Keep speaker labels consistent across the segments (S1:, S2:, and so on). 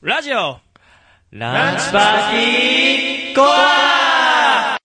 S1: ラジオ
S2: ランチパーティー
S1: コ
S2: コ
S1: ア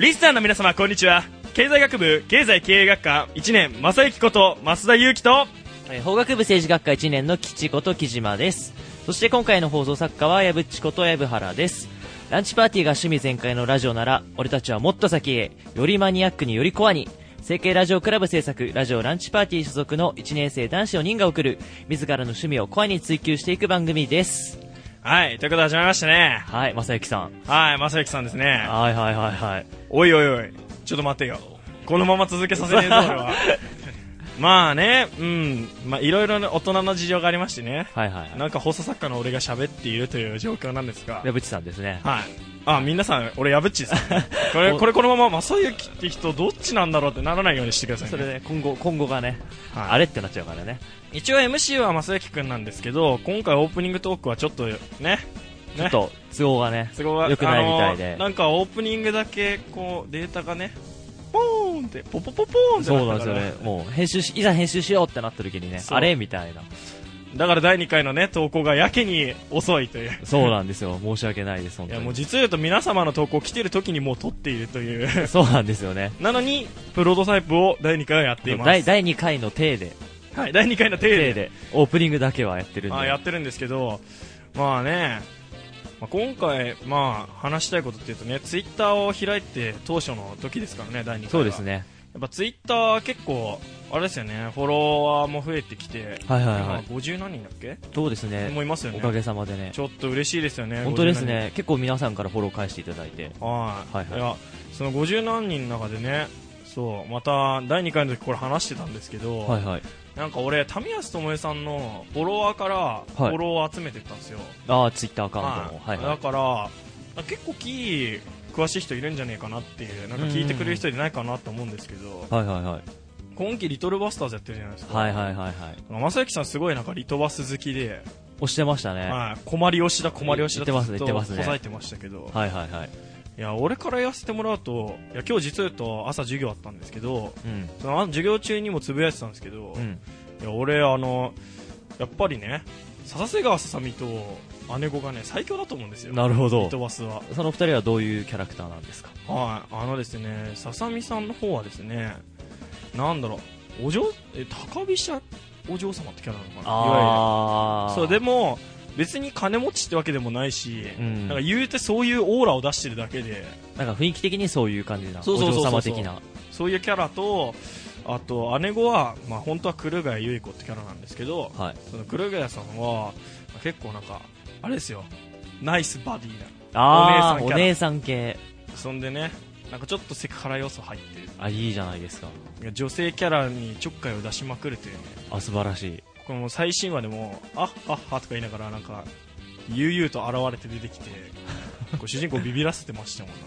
S1: リスナーの皆様こんにちは経済学部経済経営学科1年正幸こと増田裕樹と
S2: えー法学部政治学科1年の吉子と木島です。そして今回の放送作家は矢ぶっちこと矢ぶ原です。ランチパーティーが趣味全開のラジオなら、俺たちはもっと先へ、よりマニアックによりコアに、成形ラジオクラブ制作、ラジオランチパーティー所属の1年生男子4人が送る、自らの趣味をコアに追求していく番組です。
S1: はいということで始まりましたね
S2: はい、まさゆきさん。
S1: はい正幸さんですね
S2: はいはいはいはい。
S1: おいおいおいちょっと待ってよこのまま続けさせね えぞ俺はまあねうんまあいろいろな大人の事情がありましてね
S2: はいはいはい。
S1: なんか放送作家の俺が喋っているという状況なんですが
S2: 矢ぶっちさんですね。
S1: はいあ皆さん俺やぶっちです これこれこのまま正幸って人どっちなんだろうってならないようにしてください、ね、
S2: それで今後、今後がね、
S1: はい
S2: あれってなっちゃうからね。
S1: 一応 MC は正幸くんなんですけど今回オープニングトークはちょっとねね
S2: ちょっと、都合がね、
S1: すご
S2: 良くないみたい
S1: あの
S2: で
S1: ー。なんかオープニングだけこうデータがねポーンってポポポポーンって
S2: そうな
S1: なんっ
S2: で
S1: た
S2: す
S1: か
S2: よ
S1: ら
S2: ね。もう、編集し、いざ編集しようってなった時にね、
S1: そう
S2: あれみたいな。
S1: だから第2回のね投稿がやけに遅いという
S2: そうなんですよ。申し訳ないです、本
S1: い
S2: 当
S1: やもう
S2: に。
S1: 実を言うと皆様の投稿来てる時にもう撮っているという
S2: そうなんですよね。
S1: なのにプロトタイプを第2回はやっています
S2: 第第2回の体で、
S1: はい、第2回の手
S2: 体
S1: で
S2: で、オープニングだけはやってるん
S1: まあ、
S2: で
S1: や。ってるんですけどまあね、まあ、今回、まあ、話したいことっていうとねツイッターを開いて当初の時ですからね第2回は
S2: そうですね。
S1: やっぱツイッター結構あれですよねフォロワーも増えてきて、
S2: はいはいはい
S1: 今50何人だっけ、
S2: そうですね。
S1: 思いますよね
S2: おかげさまでね
S1: ち。ょっと嬉しいですよね
S2: 本当です
S1: 50何人
S2: ね。結構皆さんからフォロー返していただいて。
S1: はい、
S2: はい
S1: い
S2: はい
S1: やその50何人の中でねそうまた第2回の時これ話してたんですけど、
S2: はいはい。
S1: なんか俺、民安智恵さんのフォロワーからフォロワーを集めてったんですよ、
S2: ああ、ツイッターアカウント
S1: は
S2: も。
S1: い
S2: はいは
S1: だから結構キー詳しい人いるんじゃねえかなっていうなんか聞いてくれる人いないかなって思うんですけど
S2: い。はいはいはい。
S1: 今期リトルバスターズやってるじゃないですか、
S2: はいはいはいはい。
S1: 正幸さんすごいなんかリトバス好きで、
S2: 押してましたね。は
S1: はい、困り押しだ困り押しだ
S2: 言ってます
S1: ず
S2: ね
S1: っと
S2: 言ってますね
S1: こさえてましたけど、
S2: いはいはい。
S1: いや俺から言わせてもらうといや今日実を言うと朝授業あったんですけど
S2: うん。
S1: その授業中にもつぶやいてたんですけど、
S2: う
S1: い
S2: ん。
S1: や俺あのやっぱりね笹瀬川ささみと姉子がね最強だと思うんですよ
S2: なるほ
S1: リ
S2: ど
S1: ト。バスは
S2: その二人はどういうキャラクターなんですか
S1: はいあのですねささみさんの方はですねなんだろうお嬢え高飛車お嬢様ってキャラなのかないわゆる
S2: ああ。
S1: そうでも別に金持ちってわけでもないし、
S2: うん
S1: なんか言うてそういうオーラを出してるだけで
S2: なんか雰囲気的にそういう感じな、お
S1: そうそうそう
S2: 嬢
S1: そう
S2: 様的な。
S1: そういうキャラとあと姉子は、まあ、本当は黒谷結子ってキャラなんですけど
S2: はい。
S1: その黒谷さんはまあ結構なんかあれですよナイスバディな
S2: ああ、
S1: お
S2: お
S1: 姉さんキャラ
S2: 姉さん系。
S1: そんでねなんかちょっとセクハラ要素入ってる
S2: あ、いいじゃないですか。
S1: 女性キャラにちょっかいを出しまくるというね
S2: あ、素晴らしい。
S1: この最新話でもあっはっはとか言いながらなんか悠々と現れて出て きてこう主人公ビビらせてましたもんなんか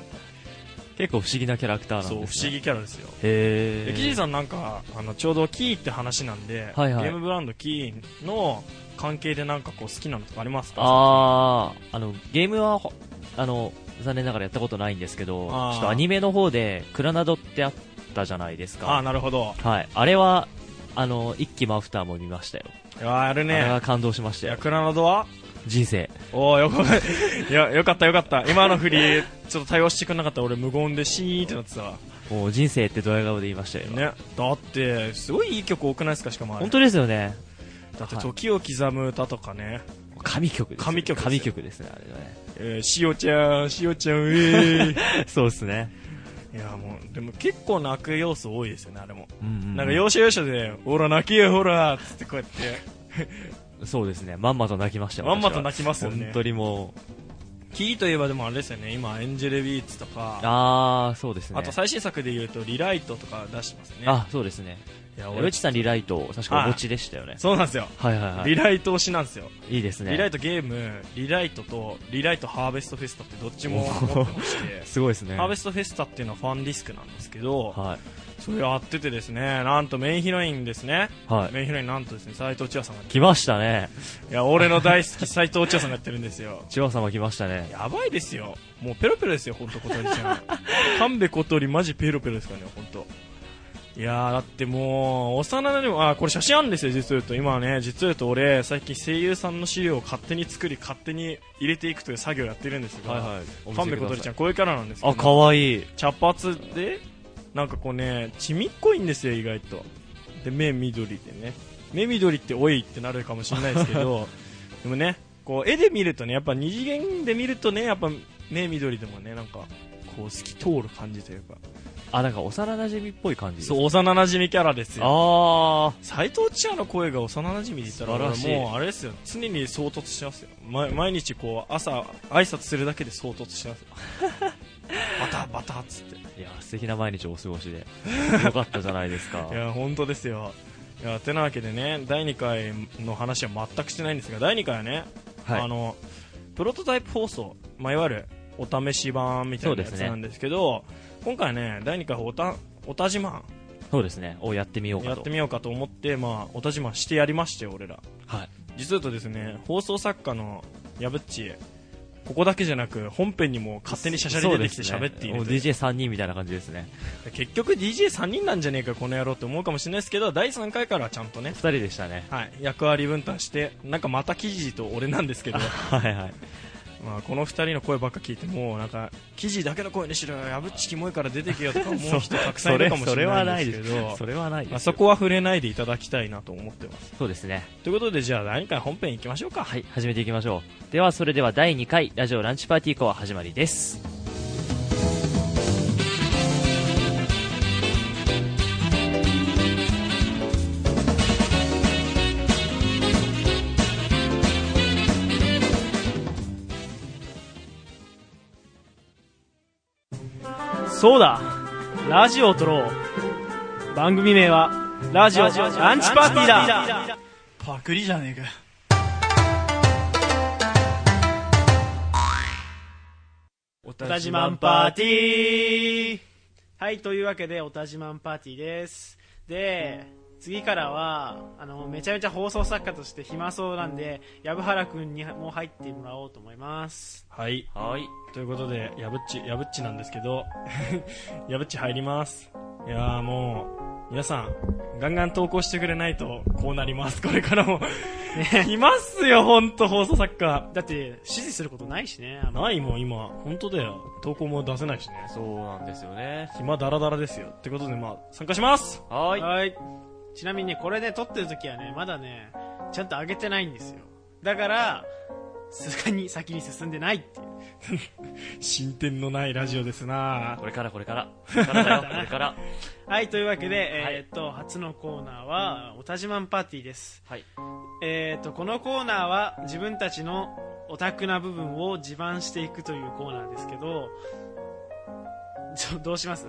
S2: 結構不思議なキャラクターなんです
S1: そう
S2: ね。
S1: 不思。議キャラですよ
S2: へ
S1: で
S2: え。
S1: キジさんなんかあのちょうどキーって話なんで、
S2: はいはい
S1: ゲームブランドキーの関係でなんかこう好きなのとかありますか
S2: ああ、あの、ゲームはほ、あの、残念ながらやったことないんですけど、ち
S1: あー
S2: ょっとアニメの方で、クラナドってあったじゃないです
S1: あー
S2: か。
S1: なるほど
S2: はい。あれは、あの、一期もアフターも見ましたよ。
S1: いやーやる
S2: あれ
S1: ね
S2: は感動しまし
S1: い
S2: た
S1: や
S2: よ。
S1: クラナドは
S2: 人生。
S1: おおよか いやよかったよかった今の振りちょっと対応してくれなかったら俺無言でシーンってなってたわ
S2: もう人生ってドヤ顔で言いましたよ。今
S1: ねだってすごいいい曲多くないですかしかもあれ
S2: 本当ですよね。
S1: だって時を刻む歌とかね、
S2: 神曲ですよ。
S1: 神曲ですよ
S2: 神曲ですね、あれはね。
S1: えー、しおちゃん、しおちゃん、うえ ー、
S2: そうですね。
S1: いやもう、でも結構泣く要素多いですよね、あれも。
S2: うんうう
S1: なんか要所要所で、ほら泣けよ、ほらつってこうやっ
S2: そうですね。まんまと泣きました
S1: て、
S2: よ。
S1: まんまと
S2: き
S1: 泣きますよね
S2: 本。当にもう。
S1: キーといえばでもあれですよね、今、エンジェルビーツとか、
S2: あー、そうですね。
S1: あと最新作で言うと、リライトとか出してますよね。
S2: あ、そうですね。
S1: いや
S2: 矢口さんリライトを確かお持ちでしたよね
S1: そうなんですよ。
S2: はいはいは
S1: リライト推しなんですよ。
S2: いいいですね
S1: リライトゲーム、リライトと、リライトハーベストフェスタってどっちも持ってまして、
S2: すごいですね
S1: ハーベストフェスタっていうのはファンディスクなんですけど、
S2: はい
S1: それやっててですね、なんとメインヒロインですね。
S2: はい
S1: メインヒロインなんとですね、斎藤千代さんが。
S2: 来ましたね
S1: いや、俺の大 好き斎藤千代さんがやってるんですよ。
S2: 千葉様来ましたね
S1: やばいですよ。もうペロペロですよ、ほんと、小鳥ちゃ ん。神戸小鳥、マジペロペロですからね、ほんと。いやー、だってもう、幼なじみ、あ、これ写真あるんですよ、実を言うと。今はね、実を言うと俺、最近声優さんの資料を勝手に作り、勝手に入れていくという作業をやってるんですが、
S2: い
S1: 神戸小鳥ちゃん、こういうキャラなんですけど、
S2: あ可愛いい
S1: 茶髪で、なんかこうね、ちみっこいんですよ、意外と。で、目緑でね。目緑っておいってなるかもしれないですけ ど、でもね、こう絵で見るとね、やっぱ二次元で見るとね、やっぱ目緑でもね、なんか、こう透き通る感じというか。
S2: あなんか幼馴染っぽい感じ
S1: そう、幼馴染キャラですよ。
S2: あ
S1: 斎藤千代の声が幼馴染で言ったら、
S2: 素晴らしい
S1: 俺もうあれですよ、常に衝突してますよ。ま、毎日こう、朝、挨拶するだけで衝突してます よ。バタバタっつって。
S2: あいや素敵な毎日をお過ごしでよかったじゃないです か
S1: いや本当ですよいやてなわけでね第2回の話は全くしてないんですが第2回はね、
S2: はい
S1: あのプロトタイプ放送、まあ、いわゆるお試し版みたいなや
S2: そうで
S1: つ
S2: すね
S1: なんですけど今回はね第2回おたおたじま
S2: そうですねをやってみようん
S1: や
S2: か
S1: っ
S2: と
S1: てみようかと思って、まあ、おたじまんしてやりましたよ俺ら
S2: はい
S1: 実はとですね放送作家のやぶっちここだけじゃなく本編にも勝手にしゃしゃり出てきて
S2: そうで
S1: 喋っ
S2: すね
S1: ている
S2: もう
S1: という
S2: DJ3 人みたいな感じですね
S1: 結局 DJ3 人なんじゃねえかこの野郎って思うかもしれないですけど第3回からはちゃんとね
S2: 2人でしたね
S1: はい、役割分担して、なんかまた記事と俺なん ですけど、
S2: はいはい
S1: まあ、この2人の声ばっか聞いて、もうなんか、記事だけの声にしろよ、やぶっちキモいから出てけよとか 思う人たくさんいるかもしれないんですけ
S2: それはない
S1: ど
S2: です。そ、れはないです
S1: まあ、そこは触れないでいただきたいなと思ってます。
S2: そうですね
S1: ということで、じゃあ、何か本編行きましょうか。
S2: はい始めていきましょうではそれでは第2回ラジオランチパーティーコア始まりです
S3: そうだラジオを撮ろう番組名はラジオランチパーティーだ
S1: パクリじゃねえか。
S3: おたじまんパーティーはいというわけでおたじまんパーティーですで次からはあのめちゃめちゃ放送作家として暇そうなんで藪原君にも入ってもらおうと思います
S1: はい。
S2: はい
S1: ということで、やぶっち、やぶっちなんですけど、 やぶっち入ります。いやーもう、皆さん、ガンガン投稿してくれないと、こうなります。これからも。いますよ、ほんと、放送作家。
S3: だって指示することないしねあんま
S1: ないもん、今。本当だよ。投稿も出せないしね。
S2: そうなんですよね
S1: 暇ダラダラですよ。ってことで、まあ、参加します
S2: は
S3: はい。ちなみにね、これね、撮ってる時はね、まだね、ちゃんと上げてないんですよ。だから、すがに先に進んでないっていう。
S1: 進展のないラジオですな
S2: これからこれからこれからだよこれから
S3: はい、というわけで、
S2: はい
S3: えーっと、初のコーナーは、おたじまんパーティーです。
S2: はい
S3: えーっと、このコーナーは、自分たちのオタクな部分を自慢していくというコーナーですけど、 ちょ、どうします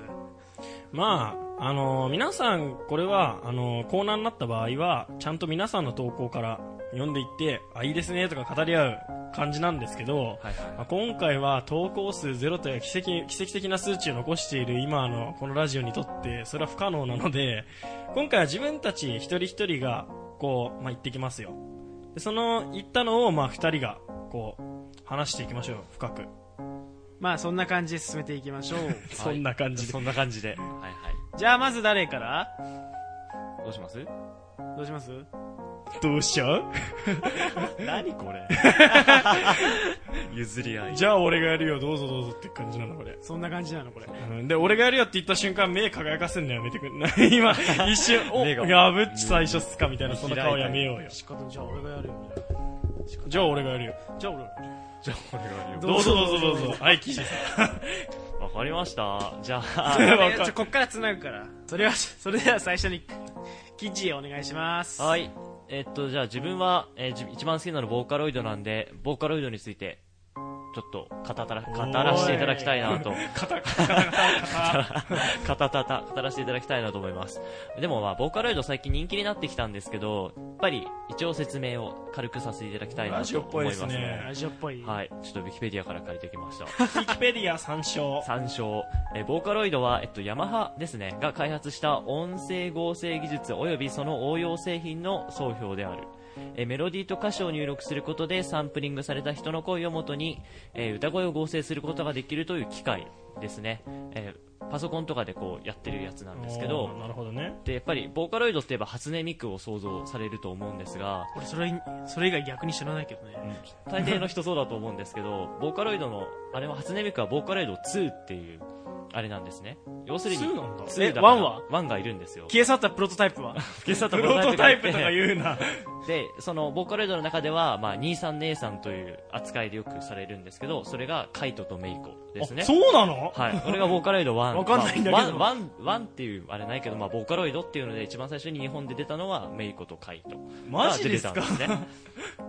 S1: まあ、あのー皆さん、これは、あのーコーナーになった場合は、ちゃんと皆さんの投稿から読んでいって、あ、いいですね、とか語り合う感じなんですけど、
S2: はいはい
S1: まあ今回は投稿数ゼロという奇跡奇跡的な数値を残している今のこのラジオにとってそれは不可能なので 今回は自分たち一人一人がこう、まあ、言ってきますよでその言ったのをまあ二人がこう話していきましょう深く、
S3: まあ、そんな感じで進めていきましょ う。
S1: そんな感じで
S2: そんな感じではいはい
S3: じゃあ、まず誰から
S2: どうします
S3: どうします
S1: どうしちゃう
S2: 何こ れ譲り合 い
S1: じゃあ俺がやるよどうぞどうぞって感じなのこれ
S3: そんな感じなの、これ。
S1: うんで、俺がやるよって言った瞬間、目輝かせんのやめてくんない 今、一瞬、お、
S2: 目が
S1: やぶっち最初っすかみたいな、その顔やめようよ。
S3: 仕方、じゃあ俺がやるよ。
S1: じゃあ俺がやるよ。
S3: じゃあ俺が。
S2: じゃあ俺がやる
S1: どうぞどうぞ どうぞ。はい、記事
S2: よわかりましたじゃあ
S3: あ
S1: わか
S3: いやちょこっから繋ぐから。それは、それでは最初に、記事へお願いします。。
S2: はいい。えっと、じゃあ自分は、えーじ一番好きなのボーカロイドなんで、ボーカロイドについてちょっと語たら語らせていただきたいなと
S1: カタカタカ タ
S2: 語たたた語らせていただきたいなと思いますでもまあボーカロイド最近人気になってきたんですけどやっぱり一応説明を軽くさせていただきたいな
S1: ラジ
S2: と
S1: オっぽ
S2: 思
S1: い
S2: い
S1: で
S2: ますす
S1: ね
S2: ね
S3: ラジオっぽい。
S2: はいちょっとウィキペディアから借りてきました
S1: ウィキペディア参照
S2: 参照えーボーカロイドは、えっと、ヤマハですねが開発した音声合成技術およびその応用製品の総評であるえーメロディーと歌詞を入力することでサンプリングされた人の声をもとに、えー歌声を合成することができるという機械ですね、えーパソコンとかでこうやってるやつなんですけ
S1: お
S2: ど
S1: ーなるほどね
S2: でやっぱりボーカロイドっていえば初音ミクを想像されると思うんですが
S3: 俺、それ、それ以外逆に知らないけどね。
S2: 大抵の人そうだと思うんですけどボーカロイドのあれは初音ミクはボーカロイド2っていうあれなんですね要するに
S1: 2なんだ
S2: 2だから
S3: えワンは
S2: ワンがいるんですよ
S3: 消え去ったプロトタイプは。
S2: 消さ
S1: プロトタイプとか言う な
S2: でそのボーカロイドの中では、まあ、兄さん姉さんという扱いでよくされるんですけどそれがカイトとメイコですね
S1: あそうなの
S2: はい、 これがボーカロイド1
S3: わかんないんだけど
S2: まあワンワンワンっていうあれないけど、まあ、ボーカロイドっていうので一番最初に日本で出たのはメイコとカイト
S1: マジです
S2: が
S1: か
S2: 出てたんですね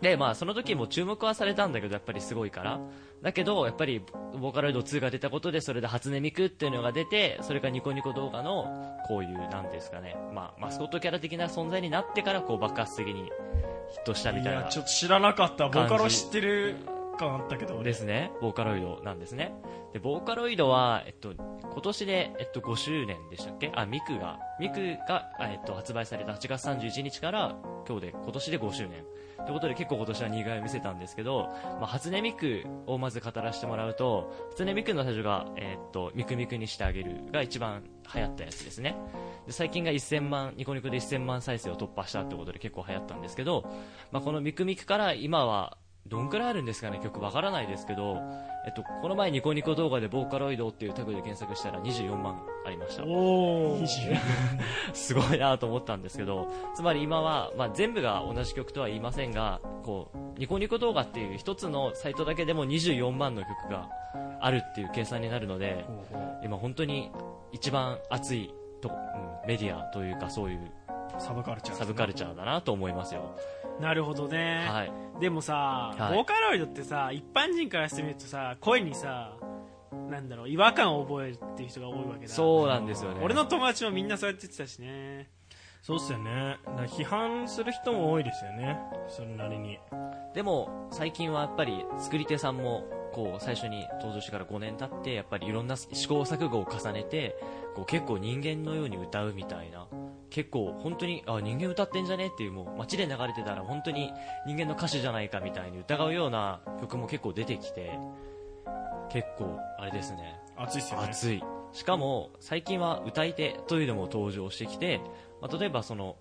S2: でまあその時も注目はされたんだけどやっぱりすごいからだけどやっぱりボーカロイド2が出たことでそれで初音ミクっていうのが出てそれがニコニコ動画のこういうなんですかね、まあ、マスコットキャラ的な存在になってからこう爆発的にヒットしたみ
S1: い
S2: たいな
S1: やちょっと知らなかったボ
S2: 感
S1: カ
S2: じ
S1: ロ知ってる感あったけど俺
S2: ですね、ボーカロイドなんですね。で、ボーカロイドは、えっと、今年で、えっと、5周年でしたっけあ、ミクが、ミクが、あえっと、発売された8月31日から、今日で、今年で5周年。ってことで結構今年は苦いを見せたんですけど、まあ、初音ミクをまず語らせてもらうと、初音ミクの最初が、えっと、ミクミクにしてあげるが一番流行ったやつですね。で最近が1000万、ニコニコで1000万再生を突破したってことで結構流行ったんですけど、まあ、このミクミクから今は、どんくらいあるんですかね曲わからないですけど、えっと、この前ニコニコ動画でボーカロイドっていうタグで検索したら24万ありました。
S3: おー。
S1: 20
S2: すごいなと思ったんですけど、つまり今は、まあ、全部が同じ曲とは言いませんが、こう、ニコニコ動画っていう一つのサイトだけでも24万の曲があるっていう計算になるので、今本当に一番熱いと、うんメディアというかそういう
S1: サブカルチャー
S2: サブカル
S1: チ
S2: チャーだなと思いますよ。
S3: なるほどね。
S2: はい。
S3: でもさ、
S2: はい
S3: ボーカロイドってさ一般人からしてみるとさ声にさなんだろう違和感を覚えるっていう人が多いわけだ
S2: そうなんですよね。
S3: 俺の友達もみんなそうやって言ってたしね
S1: そうっすよねだから批判する人も多いですよねそれなりに
S2: でも最近はやっぱり作り手さんもこう最初に登場してから5年経ってやっぱりいろんな試行錯誤を重ねてこう結構人間のように歌うみたいな結構本当にあ人間歌ってんじゃねっていうもう街で流れてたら本当に人間の歌手じゃないかみたいに疑うような曲も結構出てきて結構あれですね
S1: 熱いっすよね
S2: 熱いしかも最近は歌い手というのも登場してきて、まあ、例えばその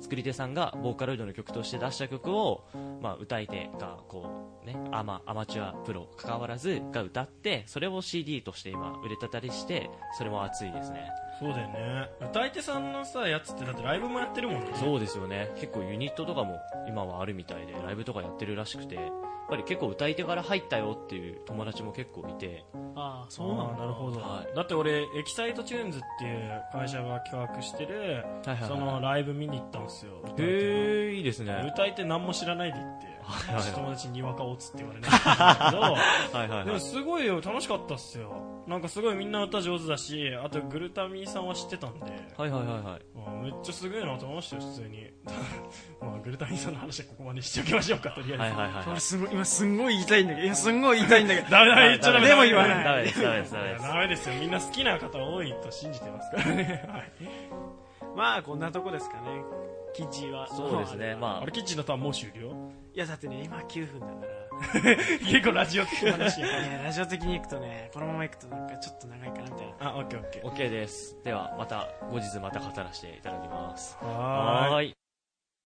S2: 作り手さんがボーカロイドの曲として出した曲を、まあ、歌い手がこう、ね、アマアマチュアプロ関わらずが歌ってそれを CD として今売れてたりしてそれも熱いですね
S1: そうだよね歌い手さんのさやつってだってライブもやってるもんね
S2: そうですよね結構ユニットとかも今はあるみたいでライブとかやってるらしくてやっぱり結構歌い手から入ったよっていう友達も結構いて
S3: ああそ
S1: そう
S3: う
S1: な
S3: なん
S1: の
S3: だ
S1: なるほど、
S2: はい
S1: だって俺エキサイトチューンズっていう会社が企画してる、
S2: はいはいはい
S1: そのライブ見に行ったんですよ歌い手の
S2: へえいいですね
S1: 歌い手何も知らないで行って、
S2: はいはい
S1: ちょっと友達ににわかおつって言われたんだ
S2: は
S1: けど
S2: いはい
S1: で
S2: は
S1: も
S2: い
S1: すごいよ楽しかったっすよなんかすごいみんな歌上手だしあとグルタミンさんは知ってたんで、
S2: はいはいはいはい
S1: うんめっちゃすげえなと思いましたよ普通に まあグルタミンさんの話はここまでにしておきましょうかとりあえず、
S2: はいはいはい
S3: 俺すごい今すんごい言いたいんだけどいやすんごい言いたいんだけど
S1: ダメだ
S2: はい
S1: 言っちゃダメ
S3: でも言わ
S2: ダ
S3: な
S2: メ
S3: い
S2: です、ダメです、ダメ
S1: い
S2: で
S1: や
S2: す。
S1: ダメですよみんな好きな方多いと信じてますからね、 はい、
S3: まあこんなとこですかねキッチンは
S2: そうですね、
S3: まあ
S2: ま
S1: あれキッチンのターンもう終了
S3: いやだってね今9分だか
S1: 結構ラジオ的な話や
S3: ら いやラジオ的に行くとねこのまま行くとなんかちょっと長いかなみたいな
S1: あオッケーオッケ
S2: あ、OK です。では、また、後日また語らせていただきます。
S1: ーはーい
S2: い。